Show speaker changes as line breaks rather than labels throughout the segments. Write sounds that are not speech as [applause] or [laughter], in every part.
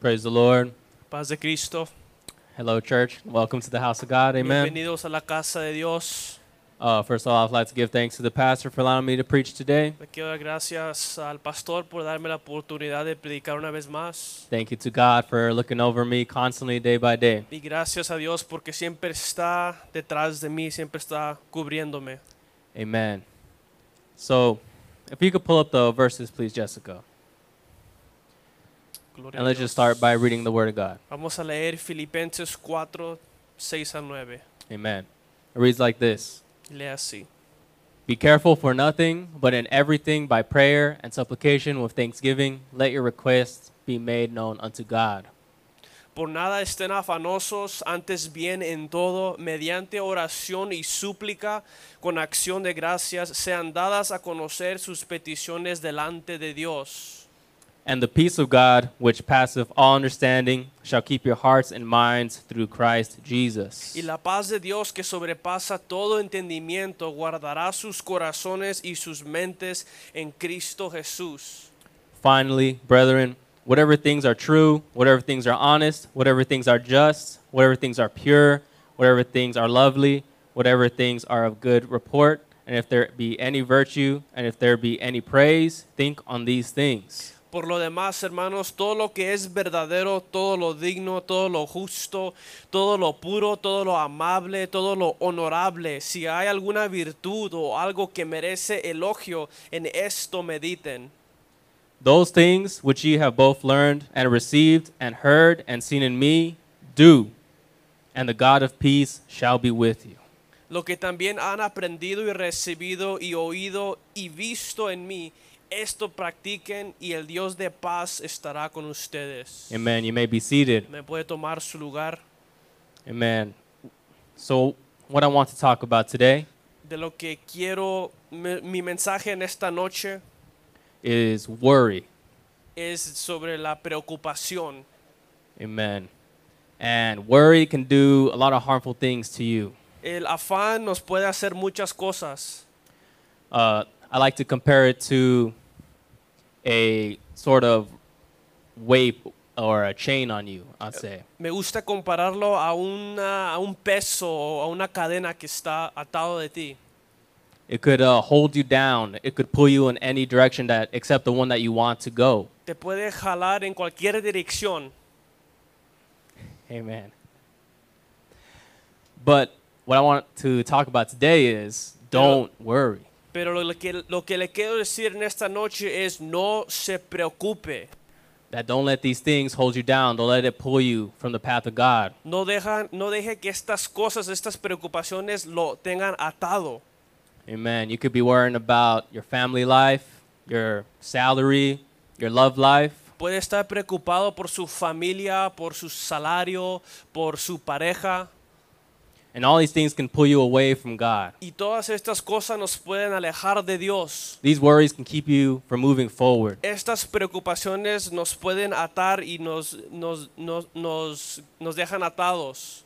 Praise the Lord.
Paz de Cristo.
Hello, church. Welcome to the house of God. Amen.
Bienvenidos a la casa de Dios.
Uh, first off, I'd like to give thanks to the pastor for allowing me to preach today.
Le quiero dar gracias al pastor por darme la oportunidad de predicar una vez más.
Thank you to God for looking over me constantly, day by day.
Y gracias a Dios porque siempre está detrás de mí, siempre está cubriéndome.
Amen. So, if you could pull up the verses, please, Jessica.
Gloria
And
a
let's just
Dios.
start by reading the Word of God.
Vamos a leer Filipenses 4, 6 a 9.
Amen. It reads like this.
Lea así.
Be careful for nothing, but in everything by prayer and supplication with thanksgiving, let your requests be made known unto God.
Por nada estén afanosos, antes bien en todo, mediante oración y súplica, con acción de gracias, sean dadas a conocer sus peticiones delante de Dios.
And the peace of God, which passeth all understanding, shall keep your hearts and minds through Christ Jesus.
Y la paz de Dios que sobrepasa todo entendimiento, guardará sus corazones y sus mentes en Cristo Jesús.
Finally, brethren, whatever things are true, whatever things are honest, whatever things are just, whatever things are pure, whatever things are lovely, whatever things are of good report, and if there be any virtue, and if there be any praise, think on these things.
Por lo demás, hermanos, todo lo que es verdadero, todo lo digno, todo lo justo, todo lo puro, todo lo amable, todo lo honorable, si hay alguna virtud o algo que merece elogio, en esto mediten.
Those things which ye have both learned and received and heard and seen in me, do, and the God of peace shall be with you.
Lo que también han aprendido y recibido y oído y visto en mí, esto practiquen y el Dios de paz estará con ustedes.
Amen. You may be seated.
Me puede tomar su lugar.
Amen. So, what I want to talk about today
De lo que quiero, mi- mi mensaje en esta noche
is worry.
es sobre la preocupación.
Amen. And worry can do a lot of harmful things to you.
El afán nos puede hacer muchas cosas.
Uh, I like to compare it to a sort of weight or a chain on you, I'd say.
Me gusta compararlo a, una, a un peso o a una cadena que está atado de ti.
It could uh, hold you down. It could pull you in any direction that except the one that you want to go.
Te puede jalar en cualquier dirección.
Amen. But what I want to talk about today is don't worry.
Pero lo que, lo que le quiero decir en esta noche es no se preocupe.
That don't let these things hold you down. Don't let it pull you from the path of God.
No, deja, no deje que estas cosas, estas preocupaciones lo tengan atado.
Amen. You could be worrying about your family life, your salary, your love life.
Puede estar preocupado por su familia, por su salario, por su pareja.
And all these things can pull you away from God.
Y todas estas cosas nos pueden alejar de Dios.
These worries can keep you from moving forward.
Estas preocupaciones nos pueden atar y nos, nos, nos, nos, nos dejan atados.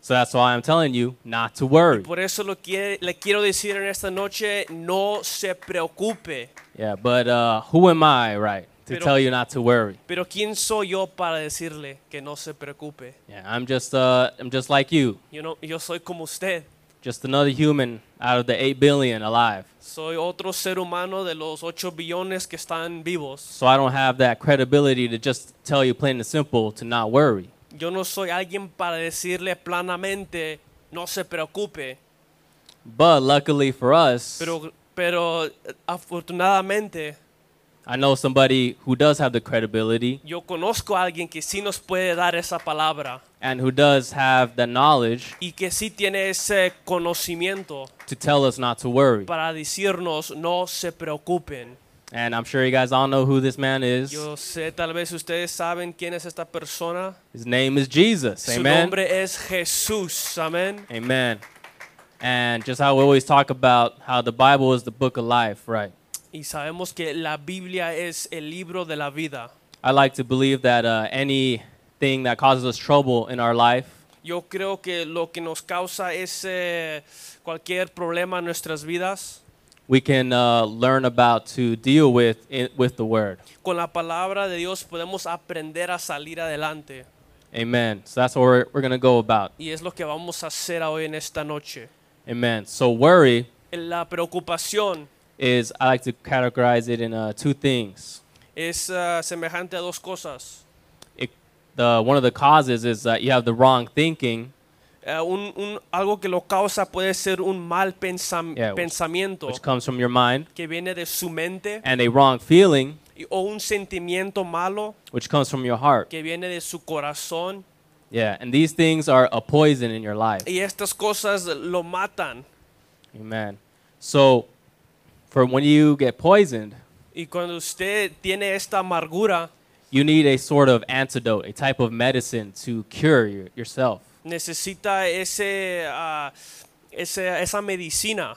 So that's why I'm telling you not to worry.
Por eso lo que, le quiero decir en esta noche, no se preocupe.
Yeah, but uh, who am I, right, to
Pero-
tell you not to worry?
Pero ¿quién soy yo para decirle que no se preocupe?
Yeah, I'm just, uh, I'm just like you,
Yo, no, yo soy como usted.
just another human out of the eight billion alive.
Soy otro ser humano de los 8 billones que están vivos.
So I don't have that credibility to just tell you plain and simple to not worry.
Yo no soy alguien para decirle planamente, no se preocupe.
But luckily for us,
Pero, pero eh, afortunadamente
I know somebody who does have the credibility
yo conozco a alguien que sí nos puede dar esa palabra
and who does have the knowledge
y que sí tiene ese conocimiento
to tell us not to worry.
para decirnos no se preocupen.
And I'm sure you guys all know who this man is.
Yo sé, tal vez ustedes saben quién es esta persona.
His name is Jesus.
Su
Amen.
nombre es Jesús, amén.
Amen. And just how we always talk about how the Bible is the book of life, right?
Y sabemos que la Biblia es el libro de la vida.
I like to believe that uh, anything that causes us trouble in our life,
Yo creo que lo que nos causa ese cualquier problema en nuestras vidas
we can uh, learn about to deal with in, with the word.
Con la palabra de Dios podemos aprender a salir adelante.
Amen. So that's what we're, we're going to go about.
Y es lo que vamos a hacer hoy en esta noche.
Amen. So worry
La preocupación
is, I like to categorize it in uh, two things.
es ah, semejante a dos cosas.
It, the, one of the causes is that you have the wrong thinking,
Eh, un- un- algo que lo causa puede ser un mal pensam-
Yeah, which-
pensamiento
which comes from your mind,
que viene de su mente
and a wrong feeling,
y- o un sentimiento malo
which comes from your heart.
que viene de su corazón.
Yeah, and these things are a poison in your life.
Y estas cosas lo matan.
Amen. So, for when you get poisoned,
Y cuando usted tiene esta amargura,
you need a sort of antidote, a type of medicine to cure your, yourself.
necesita ese, ah, ese- esa medicina.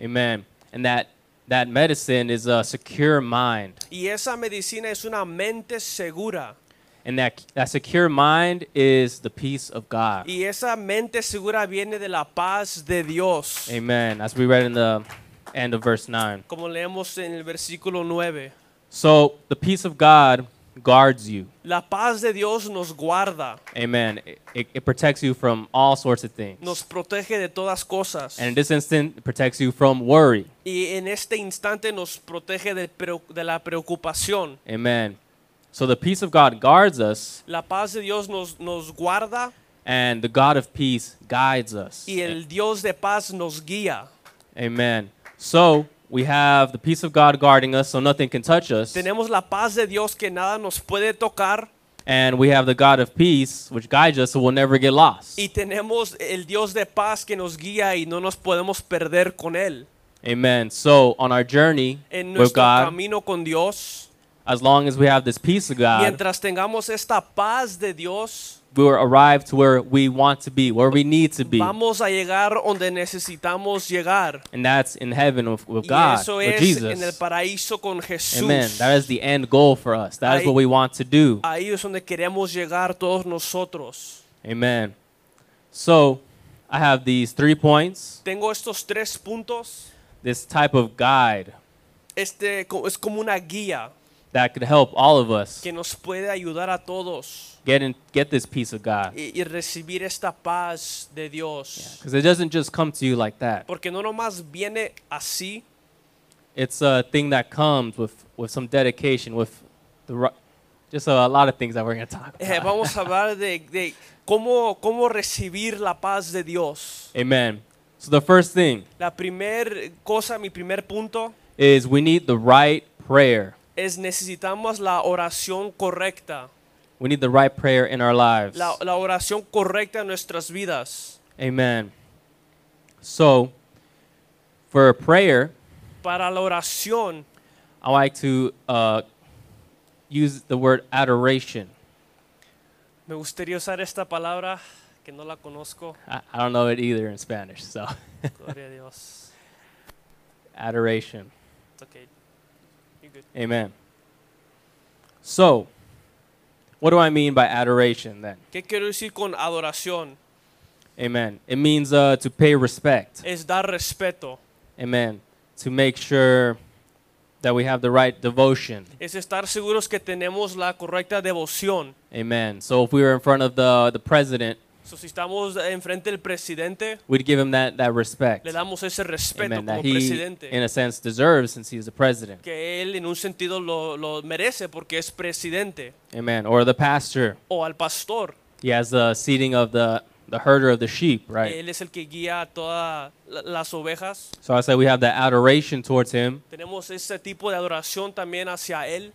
Amen. And that that medicine is a secure mind.
Y esa medicina es una mente segura.
And that that secure mind is the peace of God.
Y esa mente segura viene de la paz de Dios.
Amen. As we read in the end of verse 9.
Como leemos en el versículo 9.
So, the peace of God guards you.
La paz de Dios nos guarda,
Amen. It, it, it protects you from all sorts of things.
nos protege de todas cosas.
And in this instant, it protects you from worry.
y en este instante nos protege de, preo- de la preocupación.
Amen. So the peace of God guards us,
La paz de Dios nos, nos guarda
and the God of peace guides us.
y el Dios de paz nos guía.
Amen. So we have the peace of God guarding us, so nothing can touch us,
Tenemos la paz de Dios que nada nos puede tocar
and we have the God of peace, which guides us, so we'll never get lost.
y tenemos el Dios de paz que nos guía y no nos podemos perder con Él.
Amen. So on our journey
En
with
nuestro
God,
camino con Dios,
as long as we have this peace of God,
mientras tengamos esta paz de Dios,
we will arrive to where we want to be, where we need to be,
vamos a llegar donde necesitamos llegar.
and that's in heaven with, with
Y
God,
eso
with
es en el
Jesus.
paraíso con Jesús.
Amen. That is the end goal for us. That is
Ahí-
what we want to do.
Ahí es donde queremos llegar todos nosotros.
Amen. So, I have these three points.
Tengo estos tres puntos.
This type of guide
Este co- es como una guía
that could help all of us
que nos puede ayudar a todos
get in, get this peace of God,
y, y recibir esta paz de Dios.
because it doesn't just come to you like that.
Porque no nomás viene así,
It's a thing that comes with with some dedication, with the ri- just a, lot of things that we're gonna talk
Eh,
about.
vamos a hablar de, de cómo, cómo recibir la paz de Dios.
Amen. So the first thing
La primer cosa, mi primer punto,
is we need the right prayer.
es necesitamos la oración correcta.
We need the right prayer in our lives.
La, la oración correcta en nuestras vidas.
Amen. So, for prayer,
Para la oración
I like to uh, use the word adoration.
me gustaría usar esta palabra que no
[laughs]
la conozco.
I, I don't know it either in Spanish, so [laughs]
Gloria a Dios.
adoration.
It's okay. You're good.
Amen. So, what do I mean by adoration then?
¿Qué quiero decir con adoración?
Amen. It means uh, to pay respect.
Es dar respeto.
Amen. To make sure that we have the right devotion.
Es estar seguros que tenemos la correcta devoción.
Amen. So, if we were in front of the, the president,
So, si estamos enfrente del presidente,
we'd give him that, that respect.
le damos ese respeto
Amen.
como
That he, in
presidente.
a sense, deserves since he's the president.
Que él en un sentido lo, lo merece porque es presidente.
Amen. Or the pastor.
O al pastor.
He has the seating of the, the herder of the sheep, right?
Él es el que guía a todas la- las ovejas.
So I say we have that adoration towards him,
Tenemos ese tipo de adoración también hacia Él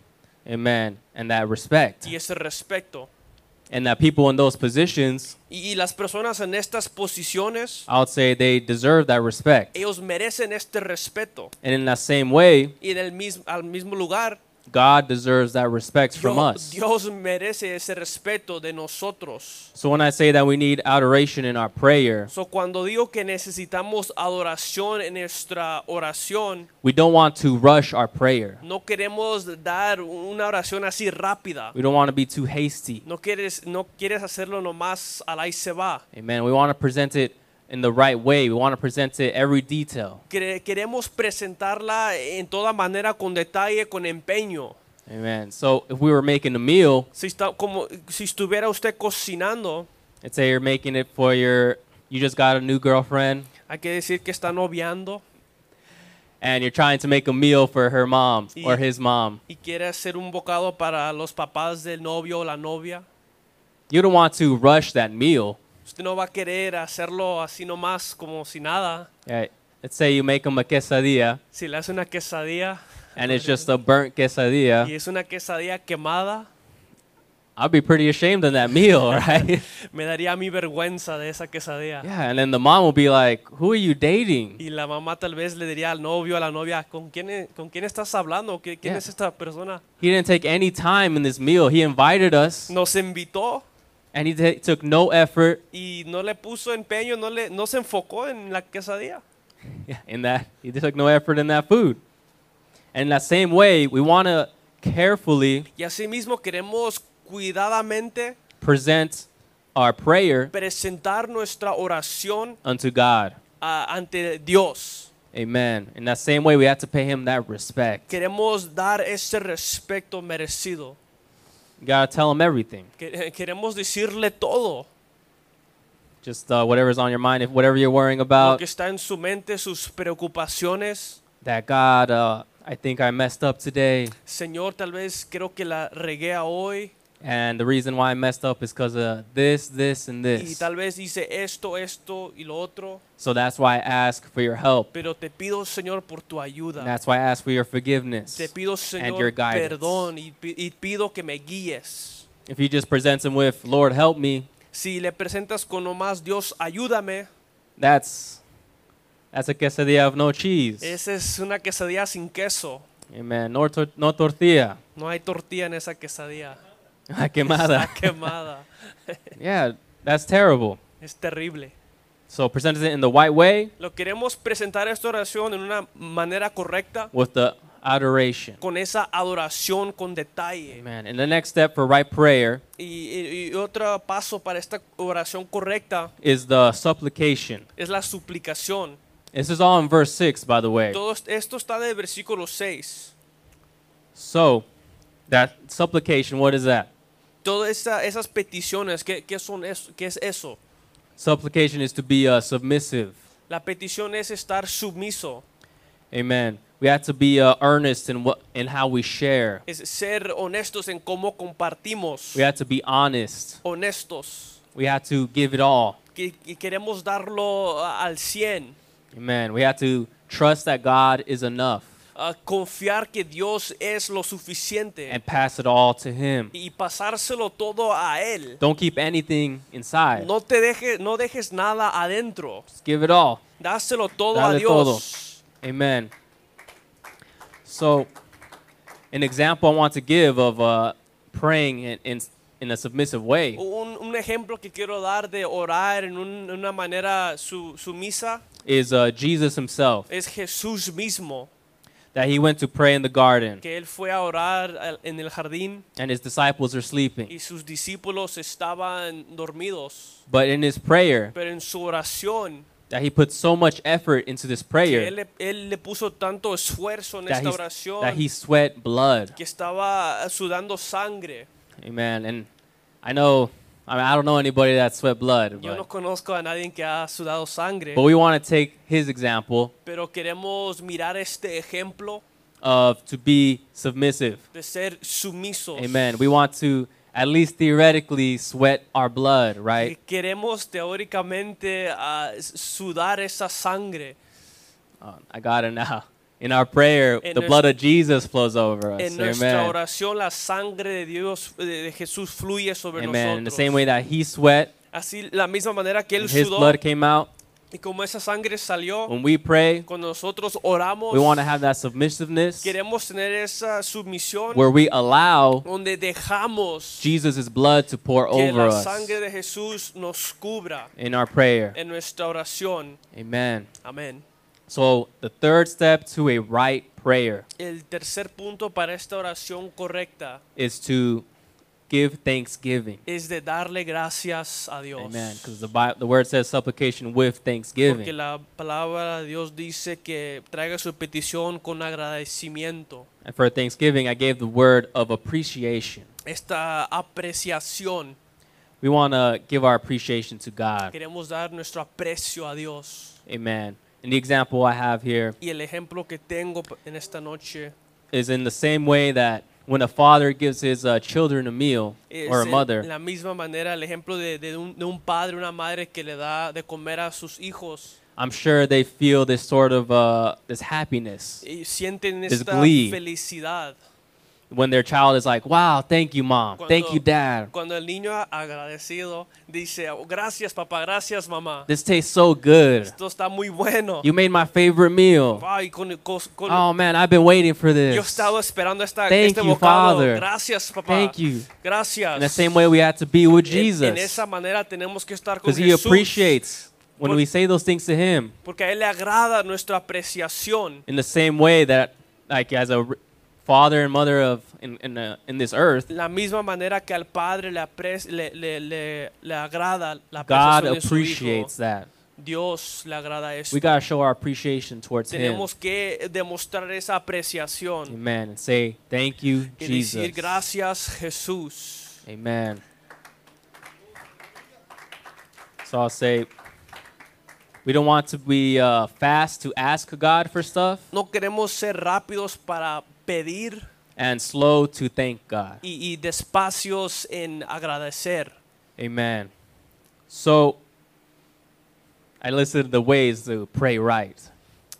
amen, and that respect.
y ese respeto.
And that people in those positions,
Y, y las personas en estas posiciones,
I would say they deserve that respect.
ellos merecen este respeto.
And in that same way,
Y en el mismo, al mismo lugar,
God deserves that respect from
Dio-
us.
Dios merece ese respeto de nosotros.
So when I say that we need adoration in our prayer,
So, cuando digo que necesitamos adoración en nuestra oración,
we don't want to rush our prayer.
no queremos dar una oración así rápida.
We don't want to be too hasty.
No quieres, no quieres hacerlo nomás al ahí se va.
Amen. We want to present it in the right way. We want to present it every detail.
Quere- Queremos presentarla en toda manera, con detalle, con empeño.
Amen. So if we were making a meal,
Si, está, como, si estuviera usted cocinando,
let's say you're making it for your, you just got a new girlfriend
hay que decir que está noviando
and you're trying to make a meal for her mom or
Y-
his mom.
y quiere hacer un bocado para los papás del novio o la novia.
You don't want to rush that meal.
Usted no va a querer hacerlo así nomás, como si nada.
Right? Let's say you make them a quesadilla
Si le hace una quesadilla
and it's just a burnt quesadilla.
y es una quesadilla quemada,
I'd be pretty ashamed of that meal, [laughs] right?
me daría a mí vergüenza de esa quesadilla.
yeah, and then the mom will be like, "Who are you dating?"
Y la mamá tal vez le diría al novio, a la novia, ¿con quién, e- con quién estás hablando? ¿Qui- ¿Quién
Yeah.
es esta persona?
He didn't take any time in this meal. He invited us,
Nos invitó
and he t- took no effort [laughs]
y no le puso empeño, no, le, no se enfocó en la quesadilla.
yeah, in that. He took no effort in that food. And in that same way, we want to carefully
Y asimismo queremos cuidadamente
present our prayer
presentar nuestra oración
unto God.
ah, ante Dios.
Amen. In that same way, we have to pay Him that respect.
Queremos dar ese respeto merecido.
You gotta tell Him everything.
Que- eh, Queremos decirle todo
Just uh, whatever's on your mind, if whatever you're worrying
lo
about,
que está en su mente, sus preocupaciones.
that God, uh, I think I messed up today.
Señor, tal vez creo que la regué a hoy.
And the reason why I messed up is because of this, this, and
Y
this.
tal vez dice esto, esto y lo otro.
So that's why I ask for your help.
Pero te pido, Señor, por tu
And
ayuda.
that's why I ask for your forgiveness.
Te pido,
your
Señor,
guidance.
perdón y, pi- y pido que me guíes.
If you just present Him with, Lord, help me,
Si le presentas con nomás Dios, ayúdame.
that's that's a quesadilla of no cheese.
Esa es una quesadilla sin queso.
Amen. No, tor- no tortilla. [laughs]
No hay tortilla en esa quesadilla.
La quemada.
Está quemada.
yeah, that's terrible.
es terrible.
So present it in the right way
Lo queremos presentar esta oración en una manera correcta,
with the adoration.
con esa adoración con detalle.
Amen. And the next step for right prayer
Y, y- y otro paso para esta oración correcta
is the supplication.
es la suplicación.
This is all in verse 6, by the way.
Todo est- esto está del versículo 6.
So, that supplication, what is that?
Todas esa- esas peticiones, ¿qué, qué son eso? ¿qué es eso?
Supplication is to be uh, submissive.
La petición es estar sumiso,
Amen. We have to be uh, earnest in what in how we share.
es ser honestos en cómo compartimos,
We have to be honest.
honestos,
We have to give it all.
que, que queremos darlo a- al 100,
Amen. We have to trust that God is enough
a confiar que Dios es lo suficiente
and pass it all to Him.
y pasárselo todo a Él.
Don't keep anything inside.
No, te deje, no dejes nada adentro,
Just give it all.
dáselo todo a
Dale
Dios.
todo. Amen. So, an example I want to give of uh, praying in, in, in a submissive way
Un, un ejemplo que quiero dar de orar en un- una manera su- sumisa
is uh, Jesus Himself,
es Jesús mismo,
that He went to pray in the garden
que él fue a orar al- en el jardín
and His disciples are sleeping.
y sus discípulos estaban dormidos,
But in His prayer,
pero en su oración,
that He put so much effort into this
que él,
prayer
le- él le puso tanto esfuerzo en
that,
esta
he's, that
oración
He sweat blood.
que estaba sudando sangre.
Amen. And I know, I mean, I don't know anybody that sweat blood,
Yo no
but,
conozco a nadie que ha sudado sangre,
but we want to take his example
pero queremos mirar este ejemplo
of to be submissive.
de ser sumisos.
Amen. We want to at least theoretically sweat our blood,
Que
right?
queremos teóricamente ah, s- sudar esa sangre.
Uh, I got it now. In our prayer,
En
the
nues-
blood of Jesus flows over us.
En nuestra
Amen.
oración la sangre de Dios, de de Jesús fluye sobre
Amen. In the
nosotros.
same way that he sweat,
Así la misma manera que él
his
sudó
blood came out.
y como esa sangre salió
When we pray,
cuando nosotros oramos
we want to have that submissiveness
queremos tener esa submisión
where we allow
donde dejamos
Jesus' blood to pour
que
over
la
us
sangre de Jesús nos cubra
in our prayer.
en nuestra oración.
Amen.
Amén.
So the third step to a right prayer
El tercer punto para esta oración correcta
is to give thanksgiving.
es de darle gracias a Dios.
Amen. Because the, Bi- the word says supplication with
Porque
thanksgiving.
la palabra de Dios dice que traiga su petición con agradecimiento.
And for thanksgiving, I gave the word of appreciation.
Esta apreciación,
We want to give our appreciation to God.
queremos dar nuestro aprecio a Dios.
Amen. And the example I have here
Y el ejemplo que tengo p- en esta noche
is in the same way that when a father gives his uh, children a meal
es
or a
en
mother,
la misma manera el ejemplo de, de un, de un padre, una madre que le da de comer a sus hijos.
I'm sure they feel this sort of uh, this happiness
Y sienten
This
esta
glee.
felicidad.
when their child is like, "Wow, thank you, mom. Thank
Cuando-
you, dad.
Cuando el niño agradecido dice, "Oh, gracias papá, gracias mamá.
This tastes so good.
Esto está muy bueno.
You made my favorite meal.
Ay, con- cos- con-
Oh man, I've been waiting for
yo
this."
estaba esperando esta,
Thank
este
you,
bocado.
Father.
Gracias, papá.
Thank you.
Gracias.
In the same way, we had to be with
En- En
Jesus
esa manera tenemos que estar con
because He
Jesús.
appreciates when
Por-
we say those things to Him.
Porque a Él le agrada nuestra apreciación.
In the same way that, like, as a r- father and mother of in in, uh, in this earth,
La misma manera que al Padre le, apres- le, le, le, le agrada la
God
apreciación de su hijo,
appreciates that.
Dios le agrada eso.
We gotta show our appreciation towards Him.
Tenemos que demostrar esa apreciación
Amen. And say thank you,
y decir
Jesus.
gracias Jesús.
Amen. So I'll say, we don't want to be uh, fast to ask God for stuff
No queremos ser rápidos para pedir
and slow to thank God.
y, y despacios en agradecer.
Amen. So I listed the ways to pray right.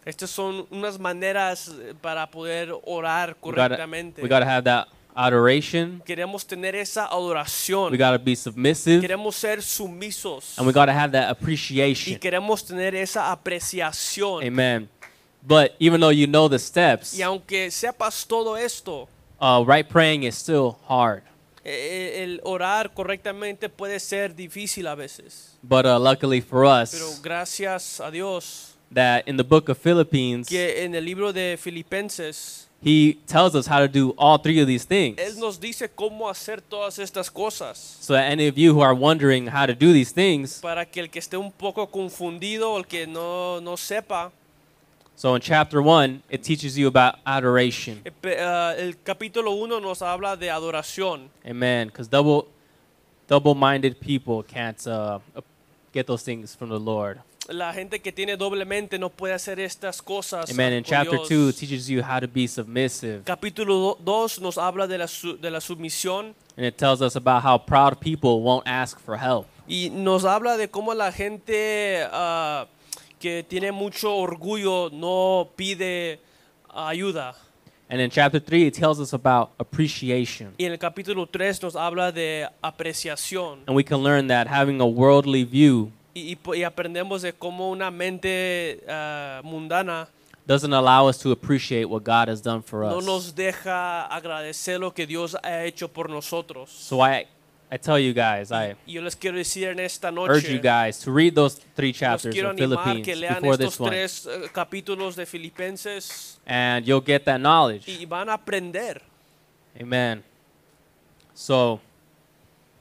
Estas son unas maneras eh, para poder orar
We gotta,
correctamente.
we gotta have that adoration.
Queremos tener esa
We
adoración.
gotta be submissive,
Queremos ser sumisos.
and we gotta have that
y
appreciation.
queremos tener esa apreciación.
Amen. But even though you know the steps,
Y aunque sepas todo esto,
uh, right praying is still hard.
eh, el orar correctamente puede ser difícil a veces.
But uh, luckily for
Pero
us,
gracias a Dios
that in the book of Philippines,
que en el libro de Filipenses,
he tells us how to do all three of these things.
Él nos dice cómo hacer todas estas cosas.
So, that any of you who are wondering how to do these things,
Para que el que esté un poco confundido o el que no, no sepa,
so in chapter one, it teaches you about adoration.
eh, pe- ah, el capítulo 1 nos habla de adoración.
Amen. Because double, double-minded people can't uh, get those things from the Lord.
La gente que tiene doblemente no puede hacer estas cosas.
Amen. In
con
chapter
Dios.
two, it teaches you how to be submissive,
Capítulo 2 nos habla de la, su- de la sumisión
and it tells us about how proud people won't ask for help.
y nos habla de cómo la gente ah, que tiene mucho orgullo no pide ayuda.
And in chapter three, it tells us about appreciation.
Y en el capítulo 3 nos habla de apreciación
And we can learn that having a worldly view
y, y po- y aprendemos de cómo una mente ah, mundana
doesn't allow us to appreciate what God has done for
no
us.
nos deja agradecer lo que Dios ha hecho por nosotros.
So I, I tell you guys, I
Y yo les quiero decir en esta
urge you
noche,
guys to read those three
los
chapters
quiero
of
animar
Philippines
que lean
before
estos
this one,
tres eh, capítulos de Filipenses.
and you'll get that knowledge.
y van a aprender. [laughs]
Amen. So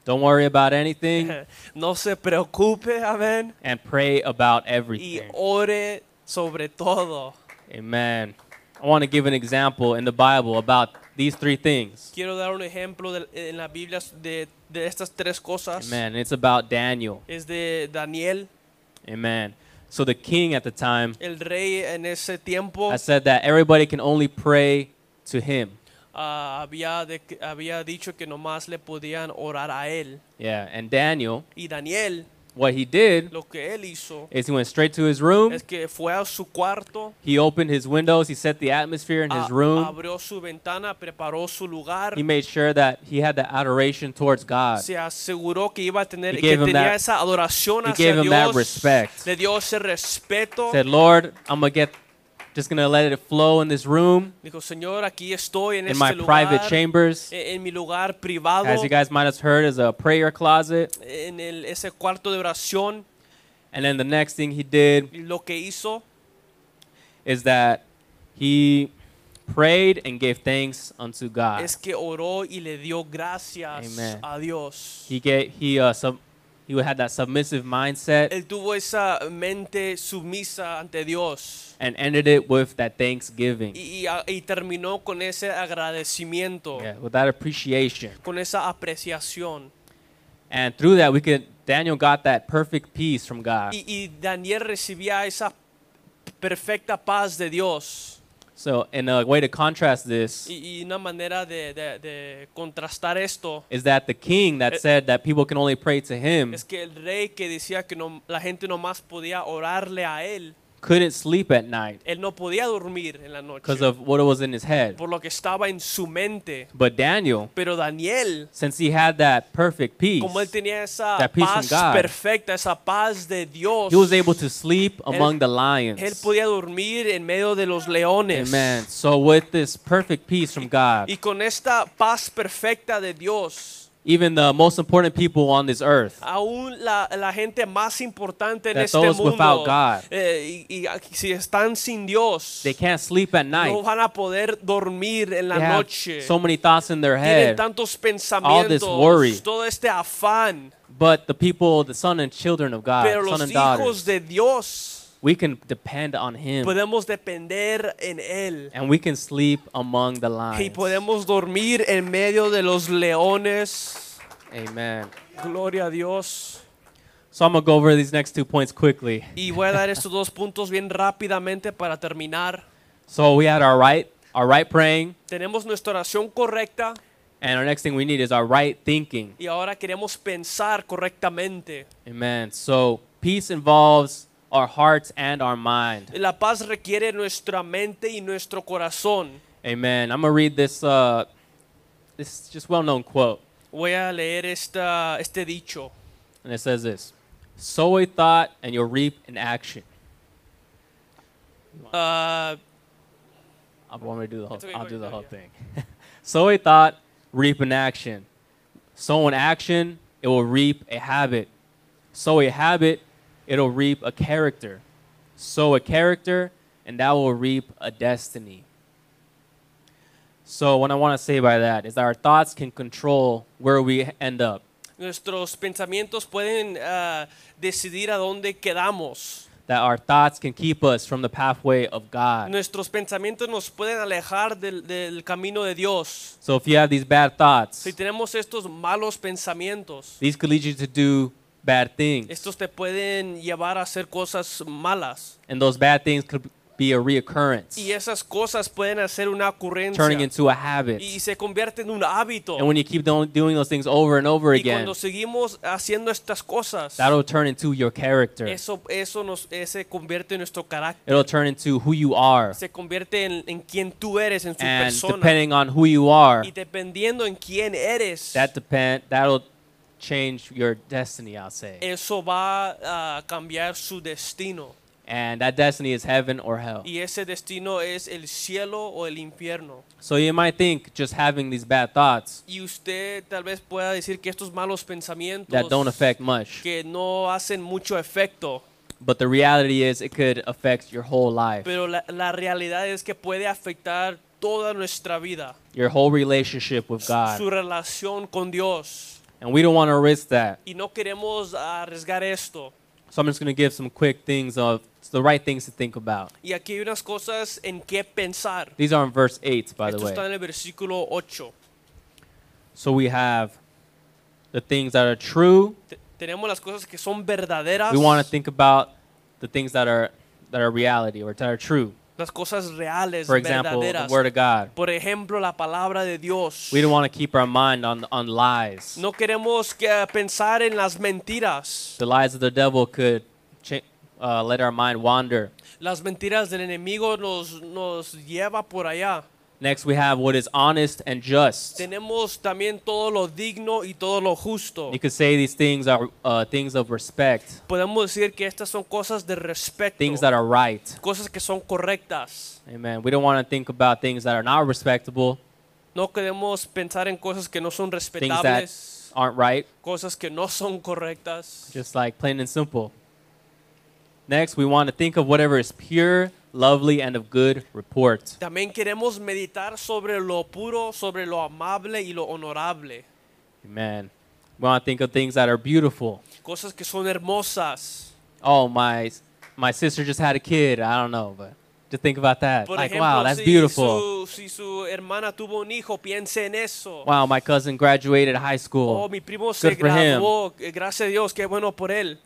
don't worry about
[laughs]
anything
No se preocupe, amén.
and pray about
Y
everything.
ore sobre todo.
Amen. I want to give an example in the Bible about these three things.
Quiero dar un ejemplo de- en la Biblia de, de estas tres cosas.
Amen. It's about Daniel.
Es de Daniel,
Amen. So the king at the time
el rey en ese tiempo.
I said that everybody can only pray to him.
ah, había, de- había dicho que nomás le podían orar a él.
Yeah, and Daniel,
Y Daniel,
what he did
lo que él hizo
is he went straight to his room.
es que fue a su cuarto,
He opened his windows. He set the atmosphere in
a-
his room.
abrió su ventana, preparó su lugar.
He made sure that he had the adoration towards God.
se aseguró que iba a tener
He
que
gave him
tenía
that-
esa adoración
he
hacia
gave him that
Dios
respect.
le dio ese respeto
Said, Lord, I'm gonna get, just gonna let it flow in this room,
dijo Señor aquí estoy en
in
este
my
lugar
private chambers.
e- en mi lugar privado
As you guys might have heard, is a prayer closet.
en el- ese cuarto de oración
And then the next thing he did
lo que hizo
is that he prayed and gave thanks unto God.
es que oró y le dio gracias
Ah. Amen.
a Dios.
He gave, he uh, sub, he had that submissive mindset
Él tuvo esa mente sumisa ante Dios
and ended it with that thanksgiving,
y, y a- y terminó con ese agradecimiento,
yeah, with that appreciation.
con esa apreciación.
And through that, we could Daniel got that perfect peace from God.
Y, y Daniel recibía esa perfecta paz de Dios.
So, in a way to contrast this,
Y, y una manera de, de- de contrastar esto
is that the king that said that people can only pray to him
es que el rey que decía que no, la gente nomás podía orarle a él,
couldn't sleep at night
él no podía dormir en la noche
because of what was in his head.
por lo que estaba en su mente.
But Daniel,
Pero Daniel,
since he had that perfect peace,
como él tenía esa
That peace from
paz
God.
perfecta, esa paz de Dios,
he was able to sleep among the
él
lions.
podía dormir en medio de los leones.
Amen. So, with this perfect peace from God,
Y con esta paz perfecta de Dios,
even the most important people on this earth,
Ah, aún la, la gente más importante en
That
este
those
mundo,
without God.
eh, y, y si están sin Dios,
they can't sleep at
no
night.
van a poder dormir en la
They have
noche.
so many thoughts in their head.
Tienen tantos pensamientos,
worry.
todo este afán.
But the people, the son and children of God,
Pero
Ah, son
los
and
hijos
daughters,
de Dios
we can depend on Him
podemos depender en Él.
and we can sleep among the
Y
lions.
podemos dormir en medio de los leones.
Amen.
Gloria a Dios.
So I'm going to go over these next two points quickly.
Y voy a dar estos dos puntos bien rápidamente para terminar.
So we had our right, our right praying,
Tenemos nuestra oración correcta
and our next thing we need is our right thinking.
y ahora queremos pensar correctamente.
Amen. So peace involves our hearts and our mind.
La paz requiere nuestra mente y nuestro corazón.
Amen. I'm going to read this, uh, this just well-known quote.
Voy a leer esta, este dicho.
and it says this sow a thought and you'll reap an action
Ah,
i want me to do the whole,
That's okay,
i'll
go
do the
ahead,
whole
yeah.
thing [laughs] sow a thought reap an action sow an action it will reap a habit sow a habit it'll reap a character sow a character and that will reap a destiny so what i want to say by that is that our thoughts can control where we end up
nuestros pensamientos pueden ah, decidir a dónde quedamos.
that our thoughts can keep us from the pathway of god
Nuestros pensamientos nos pueden alejar del, del camino de Dios.
So if you have these bad thoughts,
Si tenemos estos malos pensamientos,
these could lead you to do bad things.
estos te pueden llevar a hacer cosas malas.
And those bad things could be a reoccurrence,
Y esas cosas pueden hacer una ocurrencia
turning into a
y
habit.
se convierte en un hábito.
And when you keep do- doing those things over and over
Y
again,
cuando seguimos haciendo estas cosas,
that'll turn into your character.
eso, eso nos, eh, se convierte en nuestro carácter,
It'll turn into who you are.
se convierte en, en quien tú eres, en su
And
persona.
depending on who you are,
Y dependiendo en quién eres,
that depend that'll change your destiny, I'll say.
eso va a cambiar su destino.
And that destiny is heaven or hell.
Y ese destino es el cielo o el infierno.
So you might think just having these bad thoughts
Y usted tal vez pueda decir que estos malos pensamientos
that don't affect much.
que no hacen mucho efecto,
But the reality is, it could affect your whole life,
pero la, la realidad es que puede afectar toda nuestra vida,
your whole relationship with
su
God.
relación con Dios.
And we don't want to risk that.
Y no queremos arriesgar esto.
So I'm just going to give some quick things of it's the right things to think about.
Y aquí hay unas cosas en qué pensar.
These are in verse 8, by the
Esto está
way.
en el versículo 8.
So we have the things that are true.
Te- tenemos las cosas que son verdaderas,
We want to think about the things that are that are reality or that are true.
las cosas reales,
For example, the
verdaderas.
word of God.
Por ejemplo, la palabra de Dios.
We don't want to keep our mind on on lies.
No queremos que pensar en las mentiras.
The lies of the devil could cha- uh, let our mind wander.
Las mentiras del enemigo nos, nos lleva por allá.
Next, we have what is honest and just.
Tenemos también todo lo digno y todo lo justo.
You could say these things are uh, things of respect,
Podemos decir que estas son cosas de respeto,
things that are right.
cosas que son correctas.
Amen. We don't want to think about things that are not respectable,
No queremos pensar en cosas que no son
things that
respetables,
aren't right,
cosas que no son correctas.
just like plain and simple. Next, we want to think of whatever is pure, lovely, and of good report.
También queremos meditar sobre lo puro, sobre lo amable y lo honorable.
Amen. We want to think of things that are beautiful.
Cosas que son hermosas.
Oh, my my sister just had a kid. I don't know, but just think about that.
Por
like,
ejemplo,
wow, that's
si,
beautiful.
Su, si su hermana tuvo un hijo, piense en eso.
Wow, my cousin graduated high
Oh,
school.
mi primo se
Good for him.
graduó. eh, Gracias a Dios, qué bueno por él.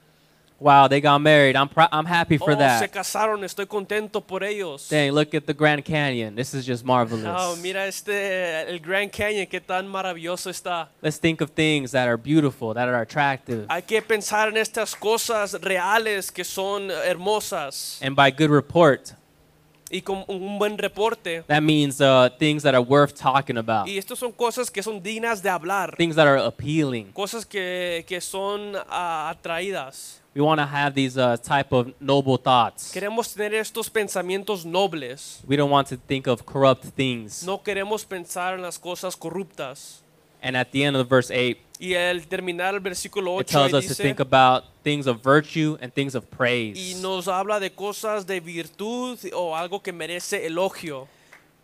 Wow, they got married. I'm pro- I'm happy for
Oh, se
that.
casaron, estoy contento por ellos.
Dang, look at the Grand Canyon. This is just
Ah,
marvelous.
mira este, el Grand Canyon, qué tan maravilloso está.
Let's think of things that are beautiful, that are attractive.
Hay que pensar en estas cosas reales que son eh, hermosas.
And by good report,
Y con un- un buen reporte.
that means uh, things that are worth talking about,
Y estas son cosas que son dignas de hablar.
things that are appealing.
Cosas que, que son ah, atraídas.
We want to have these uh, type of noble thoughts.
Queremos tener estos pensamientos nobles.
We don't want to think of corrupt things.
No queremos pensar en las cosas corruptas.
And at the end of verse 8,
Y al terminar el versículo
it
8
tells
ahí
us to
dice,
think about things of virtue and things of
eh? y
praise.
nos habla de cosas de virtud o algo que merece elogio.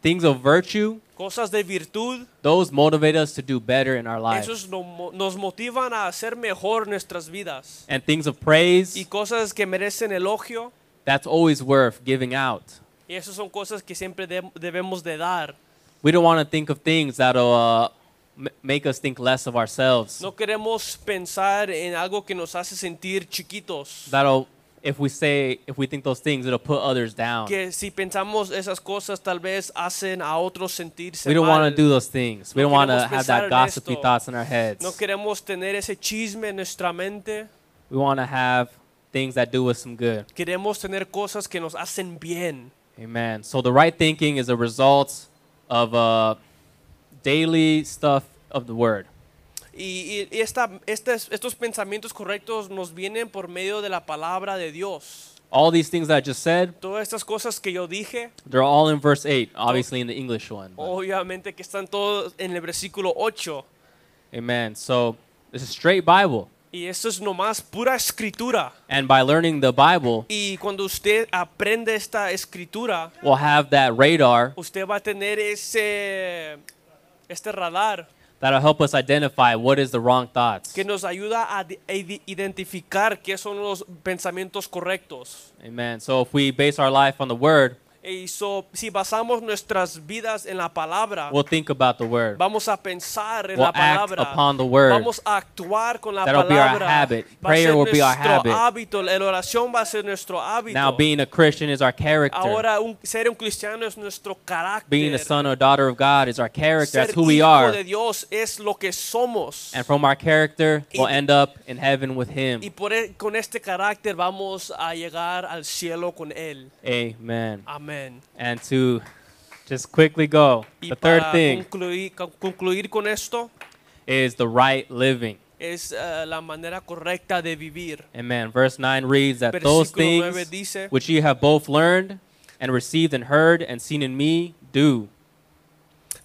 Things of virtue,
Cosas de virtud,
those motivate us to do better in our lives.
esos no- nos motivan a hacer mejor nuestras vidas.
And things of
Y
praise,
cosas que merecen elogio,
that's always worth giving out.
y esas son cosas que siempre de- debemos de dar.
We don't want to think of things that'll uh, m- make us think less of ourselves.
No queremos pensar en algo que nos hace sentir chiquitos.
That'll, if we say, if we think those things, it'll put others down.
Que si pensamos esas cosas tal vez hacen a otros sentirse
We don't
mal.
want to do those things. We
No
don't want to
queremos
have
pensar
that
en
gossipy
esto.
thoughts in our heads.
No queremos tener ese chisme en nuestra mente.
We want to have things that do us some good.
Queremos tener cosas que nos hacen bien.
Amen. So the right thinking is a result of uh, daily stuff of the word.
Y, y- y esta, estas- estos pensamientos correctos nos vienen por medio de la palabra de Dios.
All these things that I just said,
Todas estas cosas que yo dije,
they're all in verse 8, obviously in the English one.
Oh.
but-
obviamente que están todos en el versículo 8.
Amen. So this is straight Bible.
Y esto es nomás pura escritura.
And by learning the Bible,
Y cuando usted aprende esta escritura,
we'll have that radar
usted va a tener ese este radar
that'll help us identify what is the wrong thoughts.
que nos ayuda a di- a ide- identificar qué son los pensamientos correctos.
Amen. So if we base our life on the word,
Y so, si basamos nuestras vidas en la palabra,
we'll think about the word.
vamos a pensar en
We'll
la palabra,
act upon the word.
vamos a actuar con la
That'll be our
palabra.
habit.
Va a
Prayer
ser
will be our
nuestro
habit.
hábito, la oración va a ser nuestro hábito.
Now, being a Christian is our character.
Ahora un- ser un cristiano es nuestro carácter.
being a son or daughter of God is our character.
ser
That's who we
hijo
are.
de Dios es lo que somos.
And from our character, we'll
Y-
end up in heaven with Him.
y por e- con este carácter vamos a llegar al cielo con él.
Amen.
Amén.
And to just quickly go,
Y
the third
para
thing
concluir, con- concluir con esto
is the right living.
es eh, la manera correcta de vivir.
Amen. Verse 9 reads that those
Versículo nueve
things
dice-
which ye have both learned and received and heard and seen in me, do.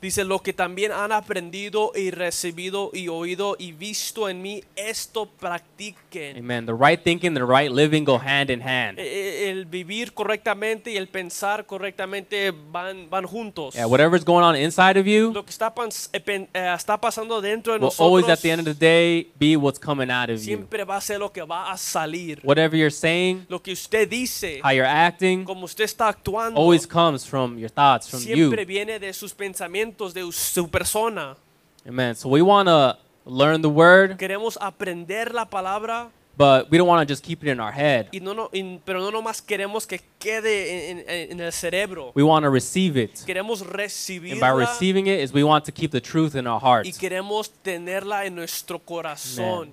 Dice, lo que también han aprendido y recibido y oído y visto en mí, esto practiquen.
Amen. The right thinking, the right living go hand in hand.
E- e- El vivir correctamente y el pensar correctamente van, van juntos.
Yeah, whatever's going on inside of you
Lo que está, pans- eh, pen- eh, está pasando dentro de
will always, at the end of the
nosotros
day, be what's coming out of you.
siempre va a ser lo que va a salir.
Whatever you're saying,
Lo que usted dice,
how you're acting
como usted está actuando,
always comes from your thoughts, from you.
siempre viene de sus pensamientos, de su persona.
Amen. So we want to learn the word,
Queremos aprender la palabra,
but we don't want to just keep it in our head.
y no, no- y- pero no nomás queremos que quede en, en- en el cerebro.
We want to receive it.
Queremos
And by
recibirla
receiving it is we want to keep the truth in our
y
hearts.
queremos tenerla en nuestro corazón.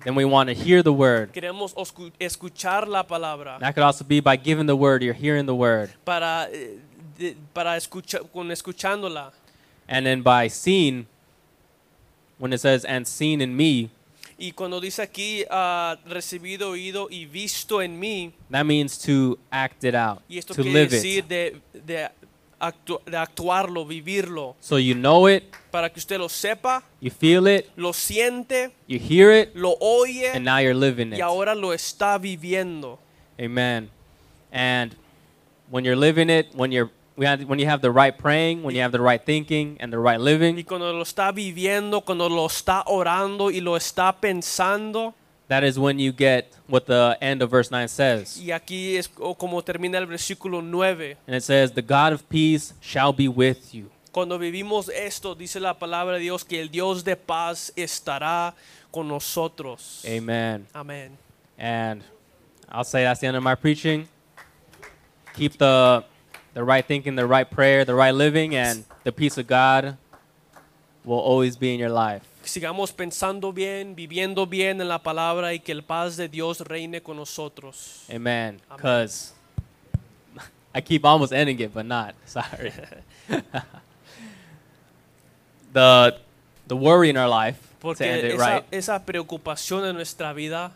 Amen. Then we want to hear the word.
Queremos oscu- escuchar la palabra
That could also be by giving the word, you're hearing the word.
para, eh, de- para escuchar, con escuchándola.
And then by seeing, when it says, and seen in me,
Y cuando dice aquí, ah, recibido, oído y visto en mí,
that means to act it out,
Y esto
to
quiere
live
decir
it.
de, de, actu- de actuarlo, vivirlo,
So you know it,
para que usted lo sepa,
you feel it,
lo siente,
you hear it,
lo oye
and now you're living
y
it.
ahora lo está viviendo.
Amen. And when you're living it, when you're when you have the right praying, when you have the right thinking and the right
Y
living,
cuando lo está viviendo, cuando lo está orando y lo está pensando,
that is when you get what the end of verse 9 says.
y aquí es o como termina el versículo 9,
And it says, The God of peace shall be with you.
cuando vivimos esto, dice la palabra de Dios que el Dios de paz estará con nosotros.
Eh. Amen.
Amén.
And I'll say that's the end of my preaching. Keep the the right thinking, the right prayer, the right living, and the peace of God will always be in your life.
Sigamos pensando bien, viviendo bien en la palabra y que el paz de Dios reine con nosotros.
Amen. Because [laughs] I keep almost ending it, but not. [laughs] Sorry. the the worry in our life to end
Porque
it
esa,
right.
esa preocupación en nuestra vida,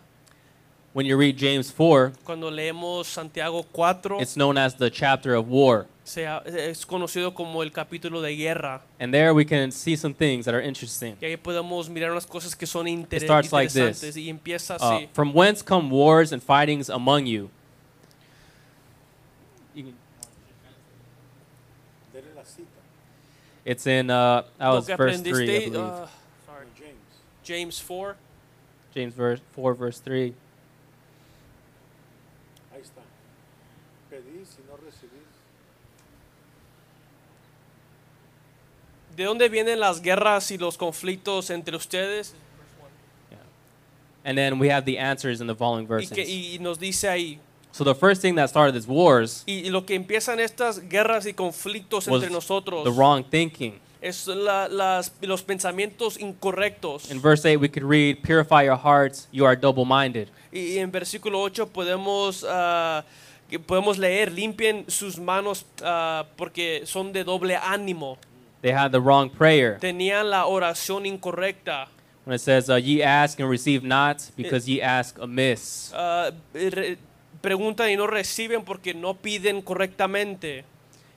When you read James four,
cuando leemos Santiago 4,
it's known as the chapter of war.
sea- es conocido como el capítulo de guerra.
And there we can see some things that are interesting.
Y ahí podemos mirar unas cosas que son inter-
starts like this.
interesantes. y empieza
Uh,
así.
from whence come wars and fightings among you? You can-
Dele la cita.
It's in uh, that
Lo
was
que
verse three, I
aprendiste,
believe.
ah, sorry,
con James.
James 4.
James verse four, verse three.
Ahí está. Pedís y no recibís.
¿De dónde vienen las guerras y los conflictos entre ustedes?
And then we have the answers in the following
Y, que-
verses.
y- y nos dice ahí.
So the first thing that started this wars
Y, y lo que empiezan estas guerras y conflictos
was
entre nosotros
the wrong thinking.
es la- las- los pensamientos incorrectos.
In verse eight, we could read, "Purify your hearts; you are double-minded."
Y, y en versículo 8 podemos, ah, que podemos leer, limpien sus manos ah, porque son de doble ánimo.
They had the wrong prayer
Tenían la oración incorrecta.
when it says, uh, "Ye ask and receive not, because ye ask amiss."
Ah, re- preguntan y no reciben porque no piden correctamente.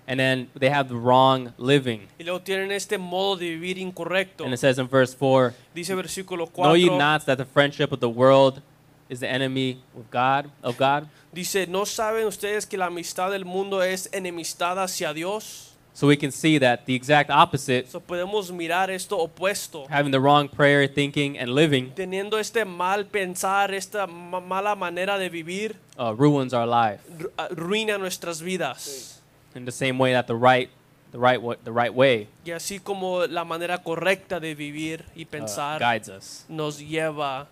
And then they have the wrong living.
Y luego tienen este modo de vivir incorrecto.
And it says in verse four,
Dice versículo
Know ye
4.
not that the friendship of the world is the enemy of God? Of God.
Dice, ¿no saben ustedes que la amistad del mundo es enemistad hacia Dios?
So we can see that the exact opposite,
So, podemos mirar esto opuesto.
having the wrong prayer, thinking, and living,
Teniendo este mal pensar, esta ma- mala manera de vivir,
uh, ruins our life.
ru- ah, ruina nuestras vidas.
In the same way that the right, the right, wa- the right way
Y así como la manera correcta de vivir
Ah,
y
uh,
pensar
guides us.
nos lleva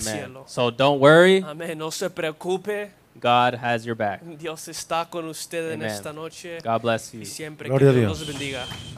Amen.
cielo. Uh,
So don't worry,
Amén. No se preocupe.
God has your back.
Dios está con usted en
Amen.
esta noche
God bless you.
y siempre.
Gloria a
que Dios
Dios.
los bendiga.